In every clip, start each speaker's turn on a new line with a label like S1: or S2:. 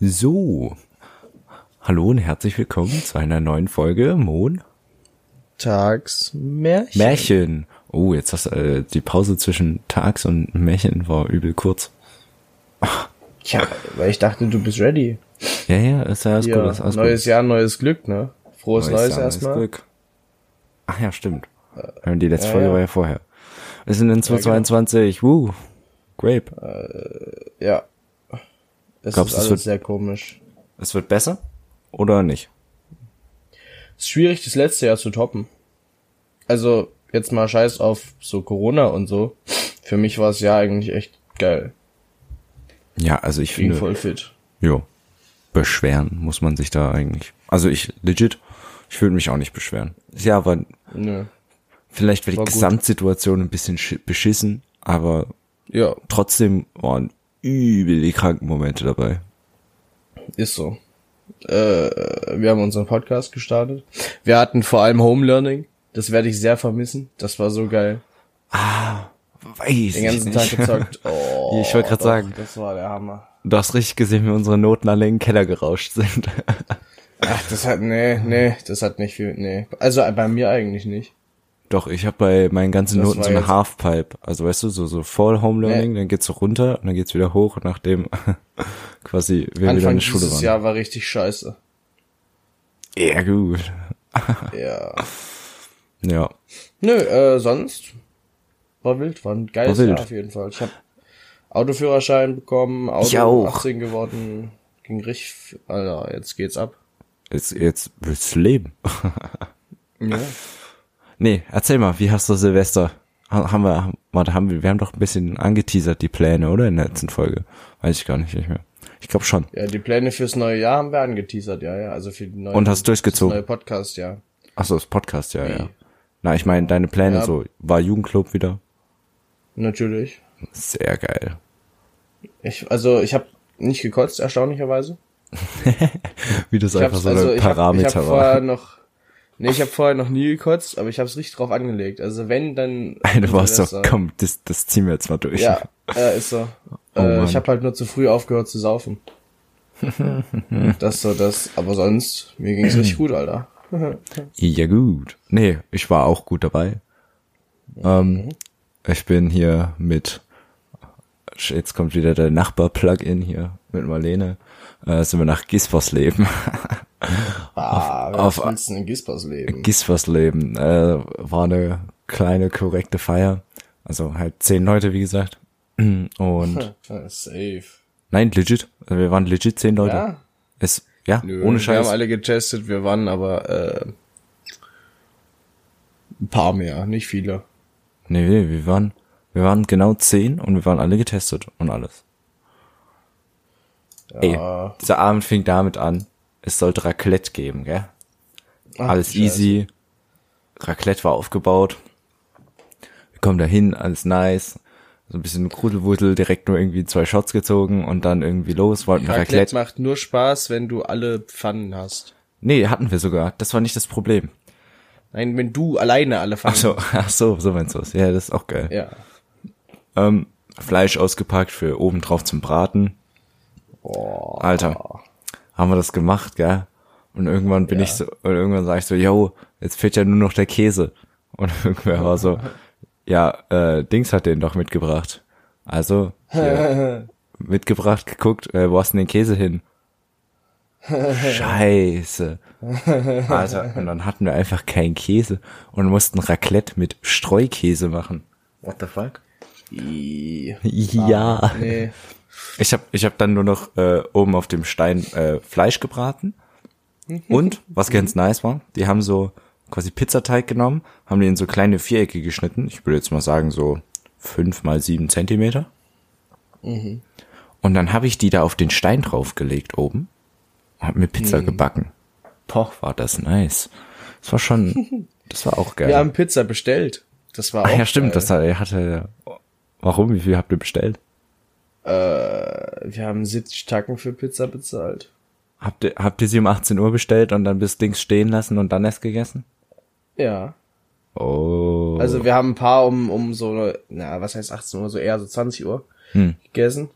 S1: So, hallo und herzlich willkommen zu einer neuen Folge Mon
S2: Tagsmärchen.
S1: Märchen. Oh, jetzt hast äh, die Pause zwischen Tags und Märchen war übel kurz.
S2: Ja, weil ich dachte, du bist ready.
S1: Ja, ja, ist ja alles
S2: Ja,
S1: gut. Ist alles
S2: neues
S1: gut.
S2: Jahr, neues Glück, ne? Frohes Neues, erstmal. Äh,
S1: Glück. Ach ja, stimmt. Die letzte Folge
S2: ja. genau.
S1: war ja vorher. Wir sind in 2022. Wuh. Grape.
S2: Ja. Es
S1: Glaubst du, es
S2: ist alles
S1: wird-
S2: sehr komisch.
S1: Es wird besser? Oder nicht?
S2: Es ist schwierig, das letzte Jahr zu toppen. Also, jetzt mal scheiß auf so Corona und so. Für mich war es ja eigentlich echt geil.
S1: Ja, also ich
S2: Ging
S1: finde.
S2: voll fit.
S1: Jo. Beschweren muss man sich da eigentlich. Also ich, legit, ich würde mich auch nicht beschweren. Ja, aber
S2: Nö.
S1: vielleicht wäre die
S2: gut.
S1: Gesamtsituation ein bisschen schi- beschissen, aber
S2: Ja,
S1: trotzdem waren übel die kranken Momente dabei.
S2: ist so. Äh, wir haben unseren Podcast gestartet. Wir hatten vor allem Home Learning. Das werde ich sehr vermissen. Das war so geil.
S1: Weiß
S2: Den ganzen
S1: ich
S2: Tag
S1: nicht.
S2: gezockt. Oh,
S1: Ich wollte gerade
S2: doch,
S1: sagen.
S2: Das war der Hammer.
S1: Du hast richtig gesehen, wie unsere Noten alle in den Keller gerauscht sind.
S2: Ach, das hat, nee, nee, das hat nicht viel, nee. Also äh, bei mir eigentlich nicht.
S1: Doch, ich habe bei meinen ganzen
S2: Das
S1: Noten
S2: war
S1: so eine
S2: jetzt-
S1: Halfpipe. Also weißt du, so, so voll Home Learning, dann geht's so runter und dann geht's wieder hoch, nachdem quasi wir wieder in
S2: Anfang
S1: der Schule
S2: dieses
S1: waren.
S2: Jahr war richtig scheiße.
S1: Ja, gut.
S2: Ja.
S1: Ja.
S2: Nö, äh, sonst war wild, war ein geiles
S1: War wild.
S2: Jahr auf jeden Fall. Ich habe Autoführerschein bekommen, Auto
S1: Ich auch.
S2: 18 geworden, ging richtig, Alter, jetzt geht's ab.
S1: Jetzt, jetzt willst du leben.
S2: Ja.
S1: Nee, erzähl mal, wie hast du Silvester? Ha- Haben wir, haben- warte, haben wir, wir haben doch ein bisschen angeteasert die Pläne, oder? In der letzten Folge. Weiß ich gar nicht, nicht mehr. Ich glaube schon.
S2: Ja, die Pläne fürs neue Jahr haben wir angeteasert, ja, ja. Also für die neue,
S1: Und hast
S2: das
S1: durchgezogen.
S2: neue Podcast, ja.
S1: Achso, das Podcast, ja, ja. Na, ich meine, deine Pläne
S2: Ja.
S1: so. War Jugendclub wieder?
S2: Natürlich.
S1: Sehr geil.
S2: Ich, also ich habe nicht gekotzt, erstaunlicherweise.
S1: Wie das
S2: Ich
S1: einfach
S2: hab's,
S1: so
S2: also
S1: ein
S2: ich habe
S1: Parameter
S2: hab vorher
S1: war.
S2: noch, nee, ich habe vorher noch nie gekotzt, aber ich habe es richtig drauf angelegt. Also wenn dann,
S1: du warst doch,
S2: Silvester.
S1: komm, das, das ziehen wir jetzt mal durch.
S2: Ja, äh, ist so. äh,
S1: Oh Mann.
S2: ich habe halt nur zu früh aufgehört zu saufen. das so das, aber sonst mir ging's richtig gut, Alter.
S1: Ja, gut. Nee, ich war auch gut dabei.
S2: Mhm.
S1: Ähm, ich bin hier mit, jetzt kommt wieder der Nachbar-Plugin hier mit Marlene, äh, sind wir nach Gispersleben.
S2: Ah,
S1: auf-
S2: auf, auf willst du in Gispers leben?
S1: Gispersleben, äh, war eine kleine, korrekte Feier. Also halt zehn Leute, wie gesagt. Und,
S2: Ja, Safe.
S1: nein, legit. Also wir waren legit zehn Leute.
S2: Ja.
S1: Es, ja,
S2: Nö,
S1: ohne
S2: Wir haben
S1: Scheiß.
S2: alle getestet, wir waren aber äh, ein paar mehr, nicht viele.
S1: Nee, nee, wir waren, wir waren genau zehn und wir waren alle getestet und alles. Ey, dieser Abend fing damit an, es sollte Raclette geben, gell?
S2: Ach,
S1: alles
S2: Scheiße.
S1: easy. Raclette war aufgebaut. Wir kommen dahin, alles nice. So ein bisschen Krudelwuddel, direkt nur irgendwie zwei Shots gezogen und dann irgendwie los, wollten Raclette.
S2: Raclette macht nur Spaß, wenn du alle Pfannen hast.
S1: Nee, hatten wir sogar. Das war nicht das Problem.
S2: Nein, wenn du alleine alle Pfannen
S1: So, ach so, so meinst du es. Ja, das ist auch geil.
S2: Ja.
S1: Ähm, Fleisch ausgepackt für oben drauf zum Braten.
S2: Boah.
S1: Alter, haben wir das gemacht, gell? Und irgendwann bin ich so, und irgendwann sag ich so, yo, jetzt fehlt ja nur noch der Käse. Und irgendwer war so, ja, äh, Dings hat den doch mitgebracht. Also, hier, mitgebracht, geguckt, äh, wo hast denn den Käse hin? Scheiße. Alter, und dann hatten wir einfach keinen Käse und mussten Raclette mit Streukäse machen. What the fuck?
S2: I-
S1: Ja.
S2: Nee.
S1: Ich habe ich hab dann nur noch äh, oben auf dem Stein äh, Fleisch gebraten.
S2: Mhm.
S1: Und, was ganz nice war, die haben so quasi Pizzateig genommen, haben den in so kleine Vierecke geschnitten. Ich würde jetzt mal sagen, so fünf mal sieben Zentimeter.
S2: Mhm.
S1: Und dann habe ich die da auf den Stein draufgelegt oben und habe mir Pizza
S2: Mhm.
S1: gebacken. Poch, war das nice. Das war schon, das war auch geil.
S2: Wir haben Pizza bestellt. Das war auch. äh,
S1: Ach ja, stimmt,
S2: Geil.
S1: das hatte, hatte, warum, wie viel habt ihr bestellt?
S2: Wir haben 70 Tacken für Pizza bezahlt.
S1: Habt ihr, habt ihr sie um 18 Uhr bestellt und dann bis Dings stehen lassen und dann erst gegessen?
S2: Ja.
S1: Oh.
S2: Also
S1: Hm.
S2: wir haben ein paar um, um so, na, was heißt 18 Uhr, so eher so 20 Uhr gegessen.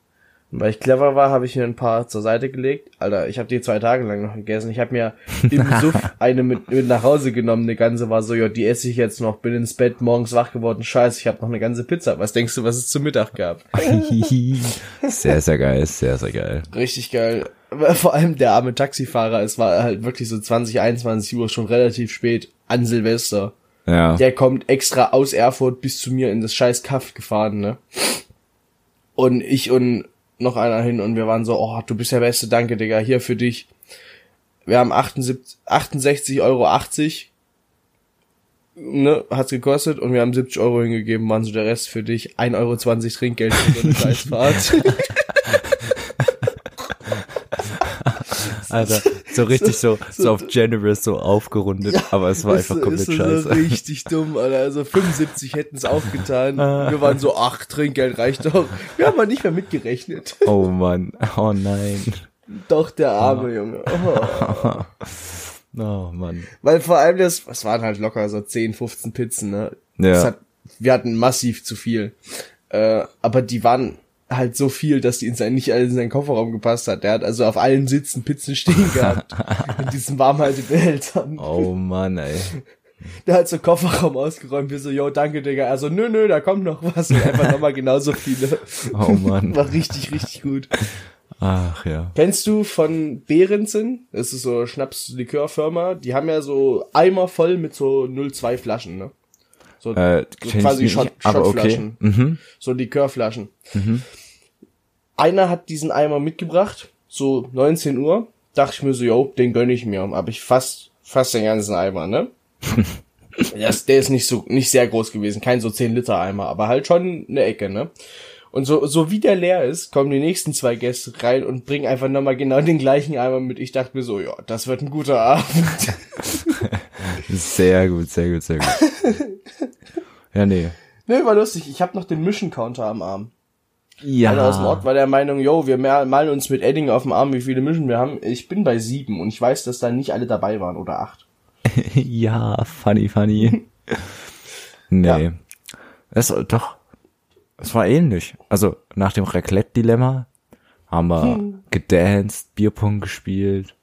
S2: Weil ich clever war, habe ich mir ein paar zur Seite gelegt. Alter, ich habe die zwei Tage lang noch gegessen. Ich habe mir im Suff eine mit, mit nach Hause genommen. Eine ganze war so, ja, die esse ich jetzt noch. Bin ins Bett, morgens wach geworden. Scheiße, ich habe noch eine ganze Pizza. Was denkst du, was es zum Mittag gab?
S1: sehr, sehr geil, sehr, sehr geil.
S2: Richtig geil. Vor allem der arme Taxifahrer. Es war halt wirklich so 20, 21 Uhr, schon relativ spät an Silvester.
S1: Ja.
S2: Der kommt extra aus Erfurt bis zu mir in das scheiß Kaff gefahren, ne? Und ich und noch einer hin und wir waren so, oh, du bist der Beste, danke, Digga, hier für dich. Wir haben 78 68,80 Euro, ne, hat's gekostet und wir haben 70 Euro hingegeben, waren so der Rest für dich, 1,20 Euro Trinkgeld für so eine Scheißfahrt.
S1: Alter, Also, so richtig so, so auf generous so aufgerundet, aber es war
S2: Ist so-
S1: einfach komplett
S2: ist
S1: scheiße.
S2: so richtig dumm, Alter. Also 75 hätten es aufgetan.
S1: Ah.
S2: Wir waren so, ach, Trinkgeld reicht doch. Wir haben mal nicht mehr mitgerechnet.
S1: Oh Mann, oh nein.
S2: Doch, der
S1: Ah.
S2: arme Junge. Oh.
S1: Oh Mann.
S2: Weil vor allem das, es waren halt locker so 10, 15 Pizzen, ne?
S1: Ja.
S2: Das hat, wir hatten massiv zu viel. Äh, aber die waren halt so viel, dass die in sein, nicht alles in seinen Kofferraum gepasst hat. Der hat also auf allen Sitzen Pizzen stehen gehabt. halt in diesen Warmhaltebehältern.
S1: Oh Mann, ey.
S2: Der hat so Kofferraum ausgeräumt. Wir so, yo, danke, Digga. Also, nö, nö, da kommt noch was. Und einfach nochmal genauso viele.
S1: Oh Mann.
S2: War richtig, richtig gut.
S1: Ach ja.
S2: Kennst du von Behrensen? Das ist so Schnaps-Likörfirma. Die haben ja so Eimer voll mit so 02 Flaschen, ne? So,
S1: Äh,
S2: so
S1: kenn ich
S2: quasi
S1: nicht,
S2: Shot,
S1: aber okay. Mhm.
S2: Shotflaschen. So Likörflaschen. Einer hat diesen Eimer mitgebracht, so 19 Uhr. Dachte ich mir so, yo, den gönn ich mir. Aber ich fast, fast den ganzen Eimer, ne? das, der ist nicht so, nicht sehr groß gewesen. Kein so 10 Liter Eimer, aber halt schon eine Ecke, ne? Und so, so wie der leer ist, kommen die nächsten zwei Gäste rein und bringen einfach nochmal genau den gleichen Eimer mit. Ich dachte mir so, ja, das wird ein guter Abend.
S1: Sehr gut, sehr gut, sehr gut. ja, nee.
S2: ne, war lustig. Ich habe noch den Mission-Counter am Arm.
S1: Ja.
S2: Einer aus dem Ort war der Meinung, yo, wir mer- malen uns mit Edding auf dem Arm, wie viele Mischen wir haben. Ich bin bei sieben und ich weiß, dass da nicht alle dabei waren oder acht.
S1: ja, funny, funny. nee.
S2: Ja.
S1: Es, doch, es war ähnlich. Also, nach dem Raclette-Dilemma haben wir
S2: Hm.
S1: gedanced, Bierpong gespielt.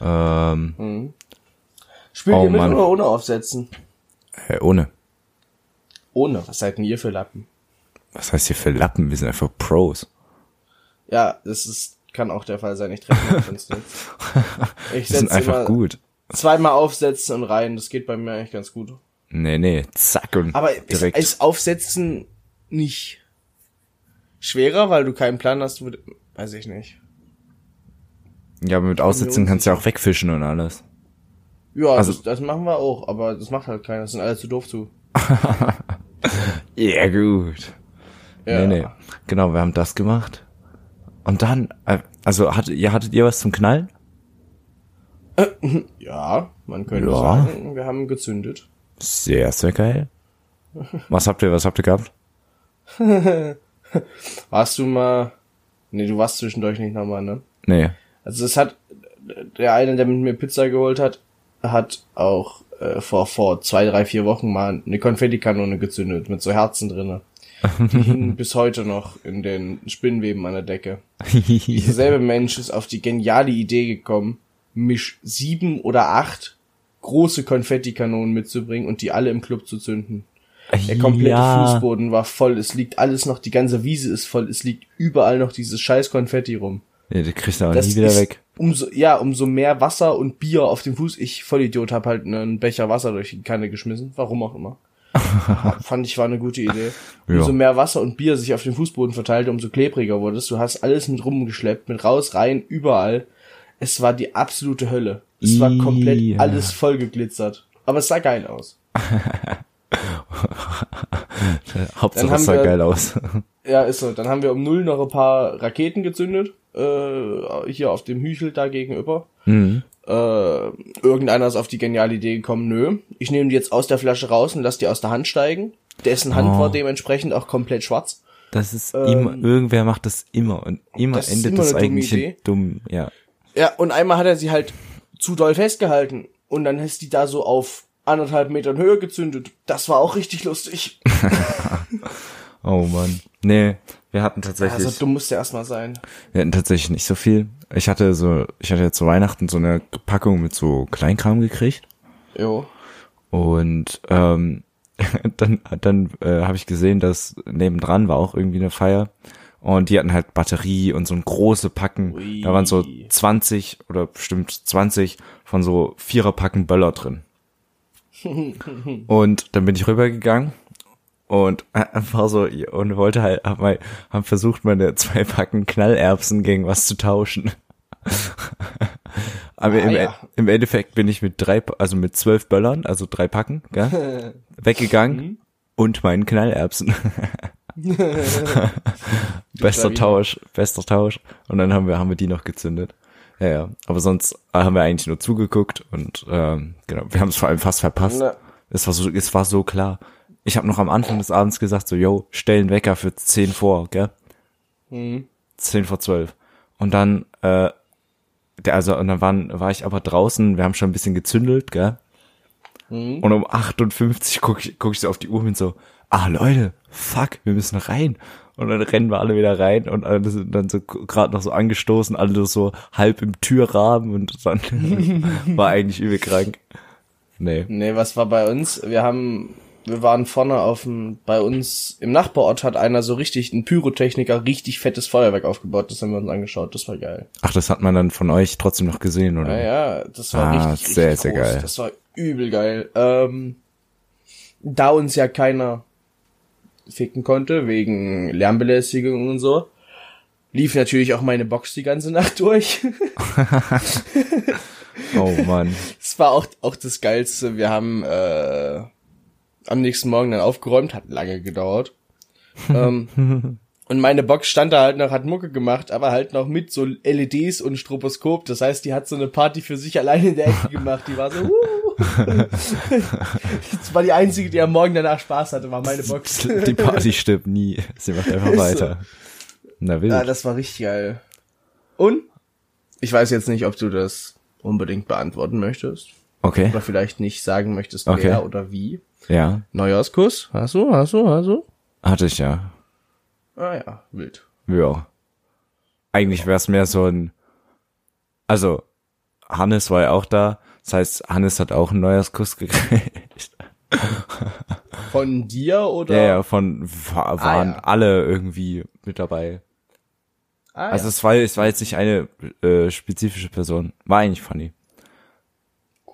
S1: Ähm,
S2: Spielt
S1: Oh,
S2: ihr mit
S1: Mann.
S2: oder ohne Aufsätzen?
S1: äh, ohne.
S2: Ohne. Was seid denn ihr für Lappen?
S1: Was heißt hier für Lappen? Wir sind einfach Pros.
S2: Ja, das ist, kann auch der Fall sein. Ich treffe mich sonst nicht. Ich
S1: Wir sind
S2: setze
S1: einfach
S2: immer
S1: gut.
S2: zweimal aufsetzen und rein. Das geht bei mir eigentlich ganz gut.
S1: Nee, nee, zack und
S2: Aber also, ist,
S1: direkt.
S2: ist Aufsetzen nicht schwerer, weil du keinen Plan hast? wo du- Weiß ich nicht.
S1: ja, aber mit Aussetzen kannst du ja auch wegfischen und alles.
S2: Ja,
S1: Also-
S2: das, das machen wir auch, aber das macht halt keiner. Das sind alle zu doof zu.
S1: Ja, gut.
S2: Ja.
S1: Nee, nee. Genau, wir haben das gemacht. Und dann, äh, also hattet ihr, hattet ihr was zum Knallen?
S2: Ja, man könnte
S1: Ja.
S2: sagen, wir haben gezündet.
S1: Sehr, sehr geil. Was habt ihr, was habt ihr gehabt?
S2: Warst du mal. Nee, du warst zwischendurch nicht nochmal, ne?
S1: Nee.
S2: Also es hat. Der eine, der mit mir Pizza geholt hat, hat auch äh, vor, vor zwei, drei, vier Wochen mal eine Konfettikanone gezündet mit so Herzen drinne. Die hingen bis heute noch in den Spinnweben an der Decke.
S1: ja,
S2: Derselbe Mensch ist auf die geniale Idee gekommen, mich sieben oder acht große Konfettikanonen mitzubringen und die alle im Club zu zünden. Der komplette Fußboden war voll, es liegt alles noch, die ganze Wiese ist voll, es liegt überall noch dieses scheiß Konfetti rum.
S1: Nee, die kriegst du aber
S2: Das
S1: nie wieder
S2: ist
S1: weg.
S2: Umso, ja, umso mehr Wasser und Bier auf dem Fuß. Ich, Vollidiot, hab halt einen Becher Wasser durch die Kanne geschmissen, warum auch immer. Fand ich war eine gute Idee.
S1: Ja.
S2: Umso mehr Wasser und Bier sich auf dem Fußboden verteilte, umso klebriger wurdest. Du hast alles mit rumgeschleppt, mit raus, rein, überall. Es war die absolute Hölle. Es war komplett
S1: Ih.
S2: alles voll geglitzert. Aber es sah geil aus.
S1: Hauptsache es
S2: haben
S1: sah
S2: wir-
S1: geil aus.
S2: Ja, ist so. Dann haben wir um null noch ein paar Raketen gezündet. Äh, hier auf dem Hüchel da gegenüber.
S1: mhm.
S2: äh, irgendeiner ist auf die geniale Idee gekommen, nö, ich nehme die jetzt aus der Flasche raus und lass die aus der Hand steigen. Dessen Hand
S1: Oh.
S2: war dementsprechend auch komplett schwarz.
S1: Das ist immer, irgendwer macht das immer und immer
S2: Ähm, das ist
S1: endet
S2: immer
S1: das
S2: eine dumme
S1: eigentlich
S2: Idee.
S1: in dumm, ja.
S2: Ja, und einmal hat er sie halt zu doll festgehalten und dann ist die da so auf anderthalb Metern Höhe gezündet. Das war auch richtig lustig.
S1: Oh Mann. Nee, wir hatten tatsächlich,
S2: Also du musst ja erstmal sein.
S1: wir hatten tatsächlich nicht so viel. Ich hatte so, ich hatte zu Weihnachten so eine Packung mit so Kleinkram gekriegt.
S2: Jo.
S1: Und ähm, dann, dann äh, habe ich gesehen, dass nebendran war auch irgendwie eine Feier. Und die hatten halt Batterie und so ein große Packen.
S2: Ui.
S1: Da waren so 20 oder bestimmt 20 von so Viererpacken Böller drin. und dann bin ich rübergegangen und war so und wollte halt hab mal, hab versucht meine zwei Packen Knallerbsen gegen was zu tauschen. Aber
S2: Ah,
S1: im,
S2: ja.
S1: im Endeffekt bin ich mit drei, also mit zwölf Böllern, also drei Packen, gell, weggegangen
S2: Mhm.
S1: und meinen Knallerbsen. bester
S2: Stabil.
S1: Tausch, bester Tausch. Und dann haben wir, haben wir die noch gezündet. Ja, ja. Aber sonst äh, haben wir eigentlich nur zugeguckt und ähm, genau, wir haben es vor allem fast verpasst.
S2: Na.
S1: Es war so, es war so klar. Ich habe noch am Anfang des Abends gesagt, so, yo, stell einen Wecker für 10 vor, gell? 10 vor 12. Und dann, äh, der, also, und dann waren, war ich aber draußen, wir haben schon ein bisschen gezündelt, gell? Und um 58 guck ich, guck ich so auf die Uhr und bin so, ah Leute, fuck, wir müssen rein. Und dann rennen wir alle wieder rein und alle sind dann so gerade noch so angestoßen, alle so halb im Türrahmen und dann war eigentlich übel krank. Nee.
S2: Nee, was war bei uns? Wir haben, wir waren vorne auf dem, bei uns im Nachbarort hat einer so richtig, ein Pyrotechniker, richtig fettes Feuerwerk aufgebaut. Das haben wir uns angeschaut. Das war geil.
S1: Ach, das hat man dann von euch trotzdem noch gesehen, oder?
S2: Naja, das war
S1: Ah,
S2: richtig,
S1: sehr,
S2: richtig
S1: sehr
S2: groß.
S1: geil.
S2: Das war übel geil. Ähm, da uns ja keiner ficken konnte, wegen Lärmbelästigung und so, lief natürlich auch meine Box die ganze Nacht durch.
S1: Oh Mann.
S2: Es war auch, auch das Geilste. Wir haben äh, am nächsten Morgen dann aufgeräumt, hat lange gedauert. ähm, und meine Box stand da halt noch, hat Mucke gemacht, aber halt noch mit so LEDs und Stroboskop. Das heißt, die hat so eine Party für sich alleine in der Ecke gemacht. Die war so, uh. Das war die einzige, die am Morgen danach Spaß hatte, war meine Box.
S1: Die Party stirbt nie. Sie macht einfach
S2: Ist so.
S1: weiter. Na wild.
S2: Ja, das war richtig geil. Und? Ich weiß jetzt nicht, ob du das unbedingt beantworten möchtest.
S1: okay.
S2: Oder vielleicht nicht sagen möchtest,
S1: Okay.
S2: wer oder wie.
S1: Ja.
S2: Neujahrskuss? Hast du, hast du, hast du?
S1: Hatte ich ja.
S2: Ah ja, wild.
S1: Ja. Eigentlich wäre es mehr so ein. Also, Hannes war ja auch da. Das heißt, Hannes hat auch einen Neujahrskuss gekriegt.
S2: Von dir oder?
S1: Ja, ja, von wa- waren
S2: Ah, ja.
S1: alle irgendwie mit dabei.
S2: Ah,
S1: Also
S2: ja.
S1: es war, es war jetzt nicht eine äh, spezifische Person. War eigentlich funny.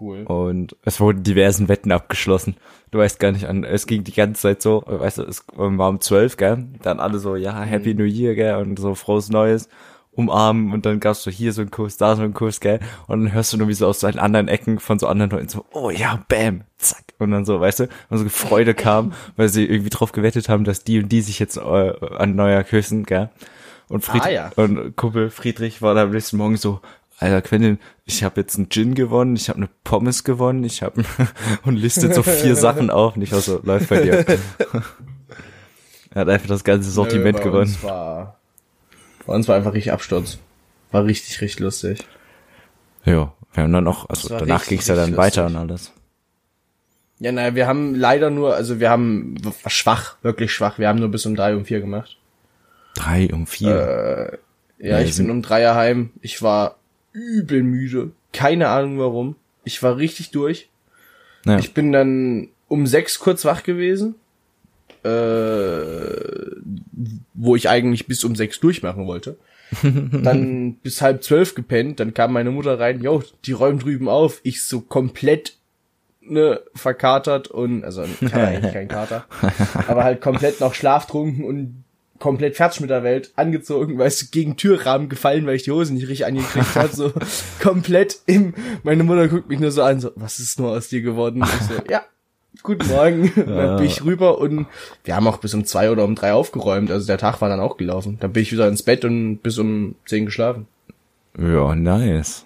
S2: cool.
S1: Und es wurden diversen Wetten abgeschlossen. Du weißt gar nicht an, es ging die ganze Zeit so, äh, weißt du, es ähm, war um zwölf, gell? Dann alle so, ja, Happy New Year, gell? Und so frohes Neues, umarmen und dann gab's so hier so einen Kuss, da so einen Kuss, gell? Und dann hörst du nur wie so aus so anderen Ecken von so anderen Leuten so, oh ja, bam, zack. Und dann so, weißt du, und so Freude kam, weil sie irgendwie drauf gewettet haben, dass die und die sich jetzt äh, an Neuer küssen, gell? Und Friedrich,
S2: Ah, ja.
S1: und Kumpel Friedrich war dann am nächsten Morgen so, Alter Quentin, ich habe jetzt einen Gin gewonnen, ich habe eine Pommes gewonnen, ich habe und listet so vier Sachen auf, nicht also läuft bei dir. er hat einfach das ganze Sortiment
S2: Nö, bei
S1: gewonnen.
S2: Uns war, bei uns war einfach richtig Absturz. War richtig, richtig lustig.
S1: Ja, wir haben dann auch, also
S2: Das war
S1: danach
S2: richtig,
S1: ging's ja dann
S2: richtig
S1: weiter und
S2: lustig.
S1: alles.
S2: Ja, naja, wir haben leider nur, also wir haben w- schwach, wirklich schwach. Wir haben nur bis um drei, um vier gemacht.
S1: Drei um vier.
S2: Ja,
S1: Ja,
S2: ich
S1: sind-
S2: bin um drei Uhr heim. Ich war übel müde. Keine Ahnung warum. Ich war richtig durch.
S1: naja.
S2: Äh, Ich bin dann um sechs kurz wach gewesen, äh, wo ich eigentlich bis um sechs durchmachen wollte. dann bis halb zwölf gepennt, dann kam meine Mutter rein, jo, die räumen drüben auf. Ich so komplett ne, verkatert und, also ich hatte eigentlich keinen Kater, aber halt komplett noch schlaftrunken und komplett fertig mit der Welt, angezogen, weißt du, gegen Türrahmen gefallen, weil ich die Hose nicht richtig angekriegt habe, so komplett im, meine Mutter guckt mich nur so an, so, was ist nur aus dir geworden? Und ich so, ja, guten Morgen. Und dann bin ich rüber und wir haben auch bis um zwei oder um drei aufgeräumt, also der Tag war dann auch gelaufen. Dann bin ich wieder ins Bett und bis um zehn geschlafen.
S1: Ja, nice.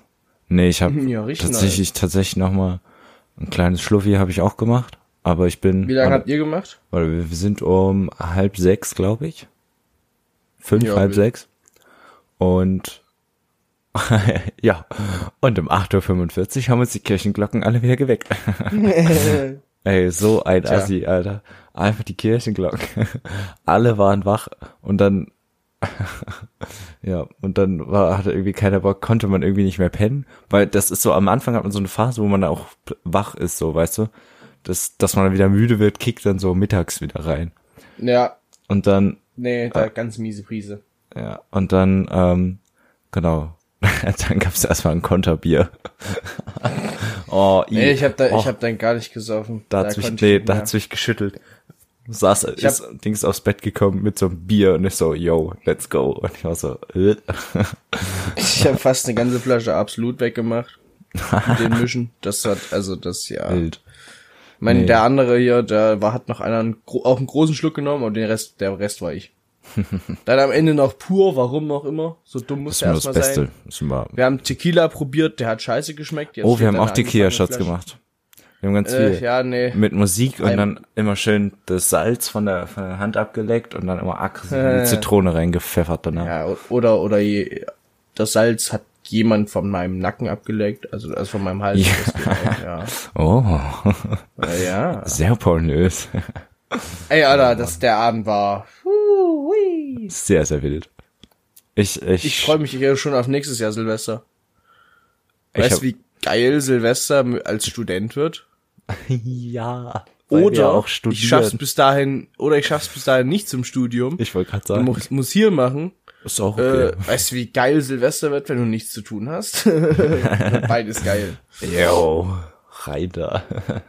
S1: Nee, ich habe
S2: Ja, richtig
S1: tatsächlich tatsächlich noch mal ein kleines Schluffi habe ich auch gemacht, aber ich bin
S2: Wie lange
S1: warte,
S2: habt ihr gemacht?
S1: warte, wir wir sind um halb sechs, glaube ich. Fünf,
S2: Ja,
S1: halb
S2: wir-
S1: sechs. Und ja, und um 8.45 Uhr haben uns die Kirchenglocken alle wieder geweckt. Ey, so ein Assi, Alter. Einfach die Kirchenglocke. Alle waren wach und dann, ja, und dann war, hatte irgendwie keiner Bock, konnte man irgendwie nicht mehr pennen, weil das ist so, am Anfang hat man so eine Phase, wo man auch wach ist, so, weißt du? Das, dass man wieder müde wird, kickt dann so mittags wieder rein.
S2: Ja,
S1: Und dann
S2: nee, da ganz miese Prise.
S1: Ja, und dann, ähm, genau. dann gab's erstmal ein Konterbier. oh, i.
S2: Nee, ich hab da,
S1: oh,
S2: ich hab dann gar nicht gesoffen.
S1: da hat's mich,
S2: konnte
S1: nee,
S2: ich nicht
S1: da
S2: mehr.
S1: hat's mich geschüttelt. Saß,
S2: hab-
S1: ist Dings aufs Bett gekommen mit so einem Bier und ich so, yo, let's go. Und ich war so, äh.
S2: Ich habe fast eine ganze Flasche absolut weggemacht. Mit dem Mischen. Das hat, also das ja.
S1: wild.
S2: Ich meine,
S1: Äh, Nee.
S2: der andere hier, der war, hat noch einer einen, gro- auch einen großen Schluck genommen und den Rest, der Rest war ich. Dann am Ende noch pur, warum auch immer. So dumm
S1: Das
S2: muss
S1: ist
S2: er
S1: immer das
S2: erstmal
S1: Beste.
S2: sein.
S1: Das ist immer,
S2: Wir haben Tequila probiert, der hat scheiße geschmeckt. Jetzt
S1: oh, wir
S2: steht
S1: haben
S2: da
S1: auch
S2: eine
S1: Tequila-Shots
S2: angefangene
S1: gemacht. Wir haben ganz
S2: Flasche.
S1: viel.
S2: Äh, ja, nee.
S1: Mit Musik und
S2: Ein-
S1: dann immer schön das Salz von der, von der Hand abgeleckt und dann immer aggressiv in
S2: Äh.
S1: die Zitrone reingepfeffert danach.
S2: Ja, o- oder, oder je, das Salz hat jemand von meinem Nacken abgeleckt, also, also von meinem Hals.
S1: Ja.
S2: Das geht auch,
S1: Oh,
S2: Ja. Äh, ja.
S1: sehr pornös.
S2: Ey, Alter, das, der Abend war. Hui.
S1: Sehr, sehr wild. Ich, ich,
S2: Ich freue mich hier schon auf nächstes Jahr Silvester.
S1: Ich
S2: Weißt
S1: hab-
S2: du, wie geil Silvester m- als Student wird?
S1: ja.
S2: Oder
S1: auch
S2: ich schaff's
S1: studieren.
S2: bis dahin, oder ich schaff's bis dahin nicht zum Studium.
S1: Ich wollte gerade
S2: und
S1: sagen,
S2: muss, muss hier machen.
S1: ist auch okay.
S2: Äh, weißt du, wie geil Silvester wird, wenn du nichts zu tun hast? Beides geil.
S1: Yo, rein da.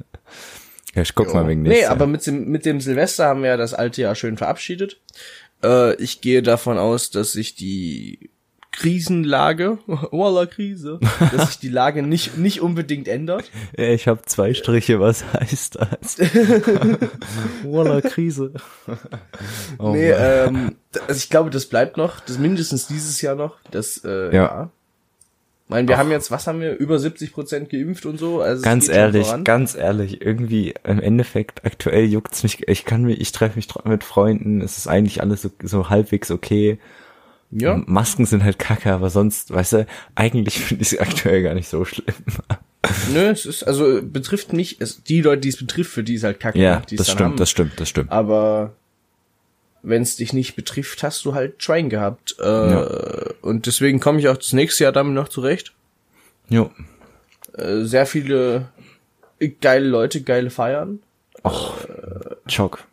S1: ja, ich guck mal wegen
S2: Nee,
S1: nächstes
S2: aber
S1: Jahr.
S2: mit dem, mit dem Silvester haben wir ja das alte Jahr schön verabschiedet. Äh, ich gehe davon aus, dass sich die Krisenlage, Walla Krise, dass sich die Lage nicht, nicht unbedingt ändert.
S1: Ey, Ich habe zwei Striche, was heißt das? Voila, Krise. Oh
S2: nee,
S1: Mann.
S2: ähm, d- also ich glaube, das bleibt noch, das mindestens dieses Jahr noch. Das, äh,
S1: Ja.
S2: ja. Ich meine, wir haben jetzt, was haben wir, über 70 Prozent geimpft und so. Also es
S1: Ganz
S2: geht schon
S1: ehrlich,
S2: voran.
S1: ganz ehrlich, irgendwie im Endeffekt aktuell juckt's mich. Ich kann mir, ich treffe mich tro- mit Freunden. Es ist eigentlich alles so, so halbwegs okay.
S2: ja.
S1: Masken sind halt kacke, aber sonst, weißt du, eigentlich finde ich es aktuell gar nicht so schlimm.
S2: Nö, es ist, also betrifft mich, es, die Leute, die es betrifft, für die ist halt kacke.
S1: Ja,
S2: die es
S1: das
S2: dann
S1: stimmt,
S2: haben. Ah.
S1: das stimmt, das stimmt.
S2: Aber wenn es dich nicht betrifft, hast du halt Schwein gehabt. Äh, Und deswegen komme ich auch das nächste Jahr damit noch zurecht.
S1: Jo.
S2: Äh, sehr viele geile Leute, geile Feiern.
S1: Och, Schock.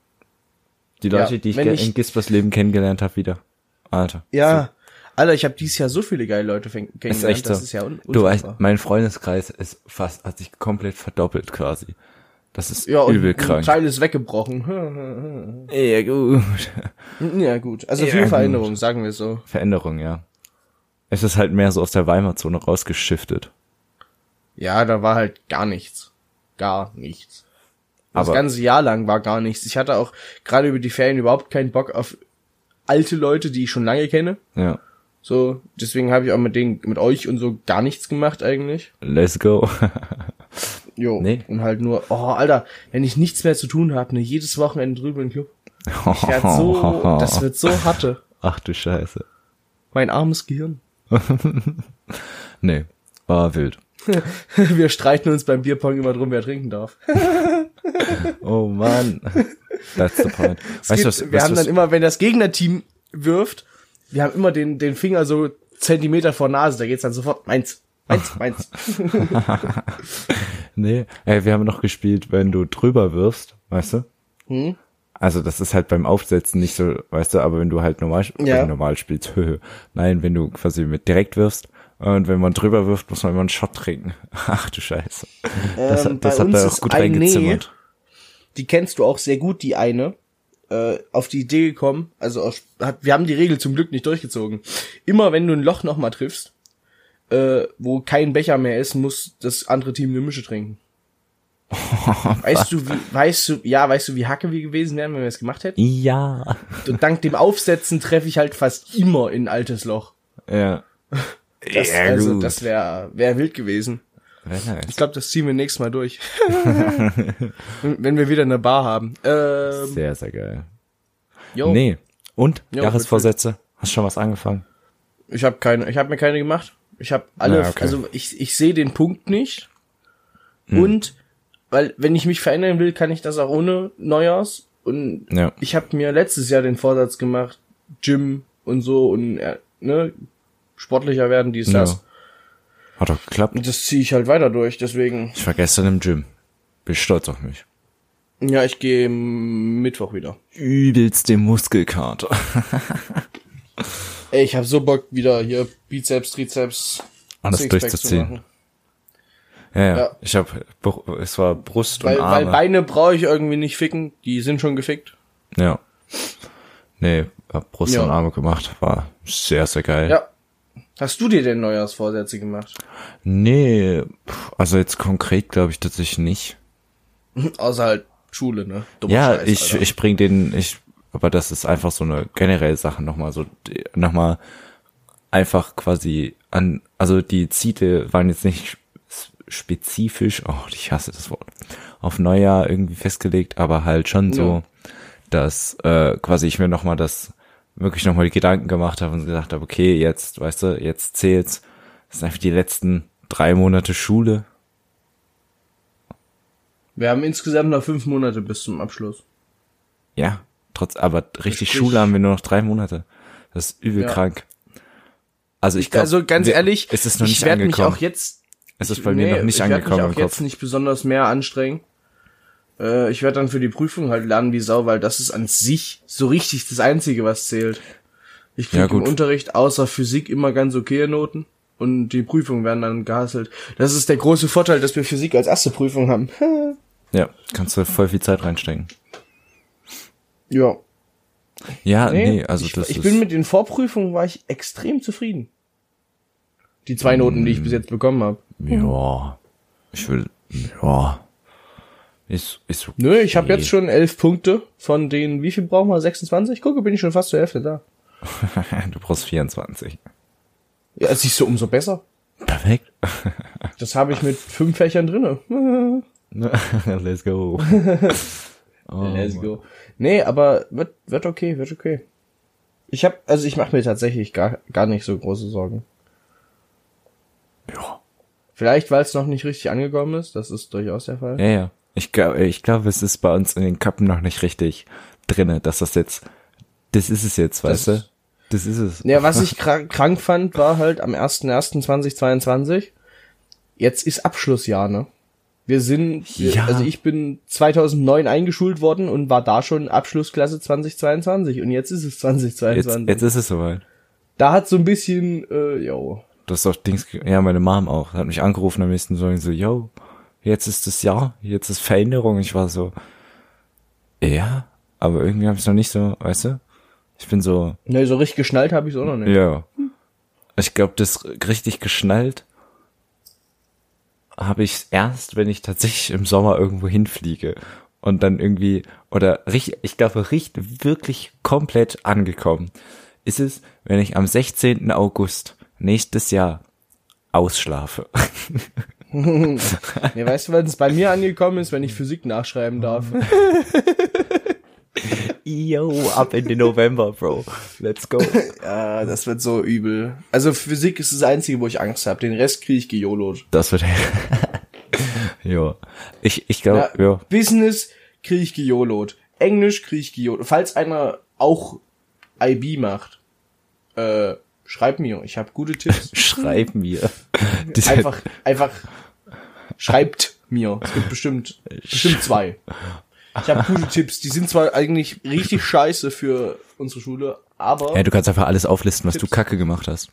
S1: Die Leute,
S2: ja,
S1: die ich
S2: wenn
S1: ge-
S2: ich-
S1: in Gispers Leben kennengelernt habe, wieder. Alter.
S2: Ja. Alter, ich habe dieses Jahr so viele geile Leute fäng-
S1: Das ist
S2: kennengelernt.
S1: echt so.
S2: das ist ja un
S1: du weißt,
S2: unfassbar.
S1: mein Freundeskreis ist fast, hat sich komplett verdoppelt quasi. Das ist
S2: ja, und
S1: übel
S2: ein
S1: krank.
S2: Teil ist weggebrochen.
S1: Ja, gut.
S2: ja, gut. Also
S1: Ja,
S2: viel
S1: gut.
S2: Veränderung, sagen wir so.
S1: Veränderung, ja. Es ist halt mehr so aus der Weimar-Zone rausgeschiftet.
S2: Ja, da war halt gar nichts. Gar nichts. Das
S1: Aber-
S2: ganze Jahr lang war gar nichts. Ich hatte auch gerade über die Ferien überhaupt keinen Bock auf alte Leute, die ich schon lange kenne.
S1: Ja.
S2: So, deswegen habe ich auch mit denen, mit euch und so gar nichts gemacht eigentlich.
S1: Let's go.
S2: Jo.
S1: Nee.
S2: Und halt nur, oh, Alter, wenn ich nichts mehr zu tun habe, ne, jedes Wochenende drüber im Club. Ich werd so, das wird so hatte.
S1: Ach du Scheiße.
S2: Mein armes Gehirn.
S1: Nee, war wild.
S2: Wir streiten uns beim Bierpong immer drum, wer trinken darf.
S1: Oh Mann. That's the point.
S2: Es
S1: Weißt du was?
S2: gibt, wir
S1: weißt,
S2: haben
S1: du, was,
S2: dann immer, wenn das Gegnerteam wirft, wir haben immer den, den Finger so Zentimeter vor Nase, da geht's dann sofort meins, meins, meins.
S1: nee, ey, wir haben noch gespielt, wenn du drüber wirfst, weißt du?
S2: Hm?
S1: Also das ist halt beim Aufsetzen nicht so, weißt du, aber wenn du halt normal,
S2: Ja.
S1: wenn du normal spielst, höhö. nein, wenn du quasi mit direkt wirfst und wenn man drüber wirft, muss man immer einen Shot trinken. Ach du Scheiße. Das,
S2: Ähm,
S1: das
S2: bei
S1: hat
S2: uns
S1: er auch
S2: ist
S1: gut
S2: ein Nee.
S1: reingezimmert.
S2: Die kennst du auch sehr gut, die eine. Äh, auf die Idee gekommen, also aus, hat, wir haben die Regel zum Glück nicht durchgezogen. Immer wenn du ein Loch nochmal triffst, äh, wo kein Becher mehr ist, muss das andere Team eine Mische trinken. Weißt du, wie, weißt du, ja, weißt du, wie hacke wir gewesen wären, wenn wir es gemacht hätten?
S1: Ja.
S2: Und dank dem Aufsetzen treffe ich halt fast immer in ein altes Loch.
S1: Ja.
S2: Das,
S1: ja,
S2: also,
S1: gut.
S2: das wäre wär wild gewesen.
S1: Wär
S2: Ich
S1: nice.
S2: glaube, das ziehen wir nächstes Mal durch. wenn wenn wir wieder eine Bar haben. Ähm,
S1: Sehr, sehr geil.
S2: jo,
S1: Nee. Und?
S2: Oh. Jo,
S1: Jahresvorsätze? Hast schon was angefangen?
S2: Ich habe keine, ich habe mir keine
S1: Ah,
S2: gemacht. Ich habe alle,
S1: Na, okay. Hm.
S2: also ich, ich sehe den Punkt nicht. Und weil wenn ich mich verändern will, kann ich das auch ohne Neujahrs. Und
S1: Ja.
S2: ich habe mir letztes Jahr den Vorsatz gemacht, Gym und so und äh, ne, sportlicher werden, dies,
S1: ja.
S2: das.
S1: Hat doch geklappt.
S2: Und das ziehe ich halt weiter durch, deswegen.
S1: Ich war gestern im Gym. Bin stolz auf mich.
S2: Ja, ich gehe Mittwoch wieder.
S1: Übelst den Muskelkater.
S2: Ey, ich habe so Bock, wieder hier Bizeps, Trizeps,
S1: Alles
S2: Sixpack
S1: durchzuziehen.
S2: machen.
S1: Ja, ja.
S2: Ja.
S1: Ich hab, Br- es war Brust
S2: Weil,
S1: und
S2: weil
S1: Arme.
S2: Beine brauche ich irgendwie nicht ficken, die sind schon gefickt.
S1: ja. Nee, hab Brust
S2: Ja.
S1: und Arme gemacht. War sehr, sehr geil.
S2: Ja. Hast du dir denn Neujahrsvorsätze gemacht?
S1: Nee, pff, also jetzt konkret glaube ich tatsächlich nicht.
S2: Außer halt Schule, ne? Dummer
S1: Ja,
S2: Scheiß,
S1: ich,
S2: Alter.
S1: ich bring den, ich, aber das ist einfach so eine generelle Sache nochmal so, nochmal einfach quasi an, also die Ziele waren jetzt nicht s- spezifisch, oh, ich hasse das Wort, auf Neujahr irgendwie festgelegt, aber halt schon so, dass äh, quasi ich mir nochmal das, wirklich nochmal die Gedanken gemacht habe und gedacht habe, okay, jetzt, weißt du, jetzt zählt's, das sind einfach die letzten drei Monate Schule,
S2: Wir haben insgesamt noch fünf Monate bis zum Abschluss.
S1: Ja, trotz, aber richtig
S2: Sprich-
S1: Schule haben wir nur noch drei Monate. Das ist übel
S2: Ja.
S1: krank. Also ich glaube,
S2: also ganz ehrlich,
S1: es ist noch
S2: ich
S1: nicht
S2: werd mich
S1: angekommen.
S2: auch jetzt
S1: es ist bei mir noch nicht
S2: ich werd
S1: angekommen
S2: mich
S1: im
S2: auch jetzt
S1: Kopf.
S2: nicht besonders mehr anstrengen. Äh, ich werde dann für die Prüfung halt lernen wie Sau, weil das ist an sich so richtig das Einzige, was zählt. Ich kriege
S1: Ja,
S2: im
S1: gut.
S2: Unterricht außer Physik immer ganz okay Noten und die Prüfungen werden dann gehasselt. Das ist der große Vorteil, dass wir Physik als erste Prüfung haben.
S1: Ja, kannst du voll viel Zeit reinstecken.
S2: ja.
S1: Ja,
S2: Nee,
S1: nee, also
S2: ich,
S1: das
S2: ich
S1: ist.
S2: bin mit den Vorprüfungen war ich extrem zufrieden. Die zwei Noten, die ich
S1: Hm.
S2: bis jetzt bekommen habe.
S1: ja, ich will. Ja, ist ist. Okay.
S2: Nö, ich habe jetzt schon elf Punkte von denen. Wie viel brauchen wir? 26? Gucke, bin ich schon fast zur Hälfte da.
S1: du brauchst 24.
S2: Ja, siehst du, umso besser.
S1: Perfekt.
S2: Das habe ich mit fünf Fächern drinne.
S1: Let's go.
S2: Let's
S1: Oh
S2: go. Nee, aber wird, wird okay, wird okay. Ich habe, also ich mache mir tatsächlich gar, gar nicht so große Sorgen.
S1: Ja.
S2: Vielleicht, weil es noch nicht richtig angekommen ist. Das ist durchaus der Fall.
S1: Ja, ja. Ich glaube, ich glaube, es ist bei uns in den Köpfen noch nicht richtig drinne, dass das jetzt, das ist es jetzt, weißt
S2: Das-
S1: du? Das ist es.
S2: Ja, was ich kra krank fand, war halt am 01.01.2022, jetzt ist Abschlussjahr, ne? Wir sind, wir-
S1: Ja.
S2: also ich bin 2009 eingeschult worden und war da schon Abschlussklasse 2022 und jetzt ist es
S1: jetzt,
S2: 2022.
S1: jetzt ist es soweit.
S2: Da hat so ein bisschen, äh, yo.
S1: Du hast doch Dings, ge- ja, meine Mom auch, hat mich angerufen am nächsten Morgen so, yo, jetzt ist das Jahr, jetzt ist Veränderung. Ich war so, ja, aber irgendwie habe ich noch nicht so, weißt du? Ich bin so,
S2: Ne, so richtig geschnallt habe ich auch noch nicht.
S1: Ja. Ich glaube, das richtig geschnallt habe ich erst, wenn ich tatsächlich im Sommer irgendwo hinfliege und dann irgendwie oder richtig, ich glaube, richtig wirklich komplett angekommen ist es, wenn ich am 16. August nächstes Jahr ausschlafe.
S2: Ne, weißt du, wenn es bei mir angekommen ist, wenn ich Physik nachschreiben darf.
S1: Yo, ab in den November, Bro. Let's go.
S2: ja, das wird so übel. Also Physik ist das Einzige, wo ich Angst habe. Den Rest kriege ich gejolot.
S1: Das wird. ja. Ich, ich glaube, ja.
S2: Ja. Business krieg ich gejolot. Englisch krieg ich gejolot. Falls einer auch IB macht, äh, schreib mir. Ich habe gute Tipps.
S1: Schreib mir. Diese-
S2: Einfach, einfach schreibt mir. Es gibt bestimmt, bestimmt zwei. Ich habe gute Tipps. Die sind zwar eigentlich richtig scheiße für unsere Schule, aber
S1: Ja, du kannst einfach alles auflisten, was du Kacke gemacht hast.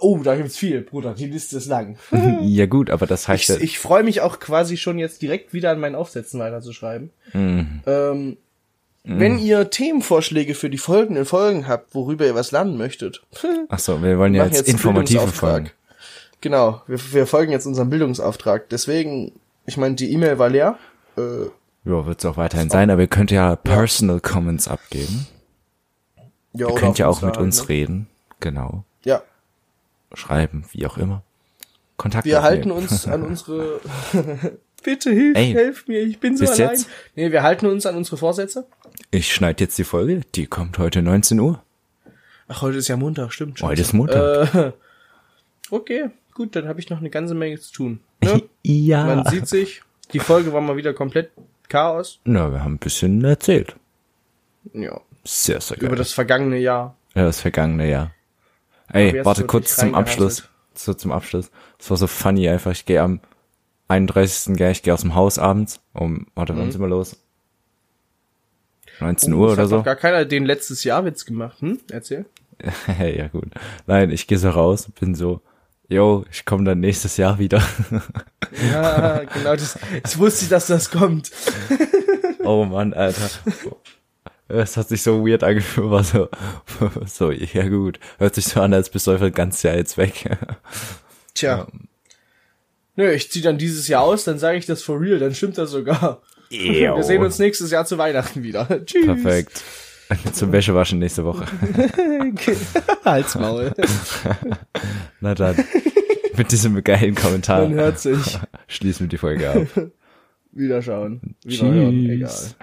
S2: oh, da gibt's viel, Bruder. Die Liste ist lang.
S1: Ja gut, aber das heißt
S2: Mhm. Ich,
S1: ja,
S2: ich freue mich auch quasi schon jetzt direkt wieder an meinen Aufsätzen weiterzuschreiben.
S1: Mm.
S2: Ähm, Wenn ihr Themenvorschläge für die folgenden Folgen habt, worüber ihr was lernen möchtet, wir
S1: ach so, wir wollen ja
S2: machen
S1: jetzt, informative
S2: Bildungsauftrag.
S1: Fragen.
S2: Genau, wir, wir folgen jetzt unserem Bildungsauftrag. Deswegen, ich meine, die E-Mail war leer. Äh,
S1: Ja, wird's auch weiterhin sein, aber ihr könnt ja Personal Comments abgeben.
S2: ja,
S1: Ihr
S2: oder
S1: könnt ja
S2: auf
S1: auch mit
S2: Instagram,
S1: uns
S2: ne?
S1: reden, genau,
S2: Ja,
S1: schreiben, wie auch immer. Kontakt
S2: wir halten
S1: aufnehmen.
S2: uns an unsere. Bitte hilf,
S1: Ey,
S2: helf mir, ich bin so
S1: bis
S2: allein.
S1: jetzt?
S2: Nee, wir halten uns an unsere Vorsätze.
S1: Ich schneide jetzt die Folge, die kommt heute 19 Uhr.
S2: Ach, heute ist ja Montag, stimmt. Äh, stimmt.
S1: Heute ist Montag.
S2: Okay, gut, dann habe ich noch eine ganze Menge zu tun. Ne?
S1: ja.
S2: Man sieht sich. Die Folge war mal wieder komplett Chaos.
S1: Na, wir haben ein bisschen erzählt.
S2: Ja.
S1: Sehr, sehr geil.
S2: Über das vergangene Jahr.
S1: ja, das vergangene Jahr.
S2: Aber
S1: Ey,
S2: jetzt
S1: warte
S2: wird
S1: kurz
S2: nicht
S1: zum Abschluss. So zum Abschluss. Das war so funny einfach. Ich gehe am 31. Gell, ich gehe aus dem Haus abends. Um, warte,
S2: Mhm.
S1: wann sind wir los? 19 Uhr
S2: Das
S1: oder
S2: hat
S1: so.
S2: doch gar keiner den letztes Jahr Witz gemacht. Hm? Erzähl.
S1: ja, gut. Nein, ich gehe so raus, bin so, yo, ich komme dann nächstes Jahr wieder.
S2: Ja, genau das. Ich wusste, dass das kommt.
S1: oh Mann, Alter. Es hat sich so weird angefühlt, war so, so, ja gut. Hört sich so an, als bist du einfach das ganze Jahr jetzt weg.
S2: Tja. Nö, ich zieh dann dieses Jahr aus, dann sage ich das for real, dann stimmt das sogar. Wir sehen uns nächstes Jahr zu Weihnachten wieder. Tschüss.
S1: Perfekt. Zum Wäschewaschen nächste Woche.
S2: Halsmaul.
S1: Na dann. Mit diesem geilen Kommentar
S2: Man hört sich.
S1: schließen wir die Folge ab.
S2: Wiederschauen. Wiederhören. Egal.
S1: Tschüss.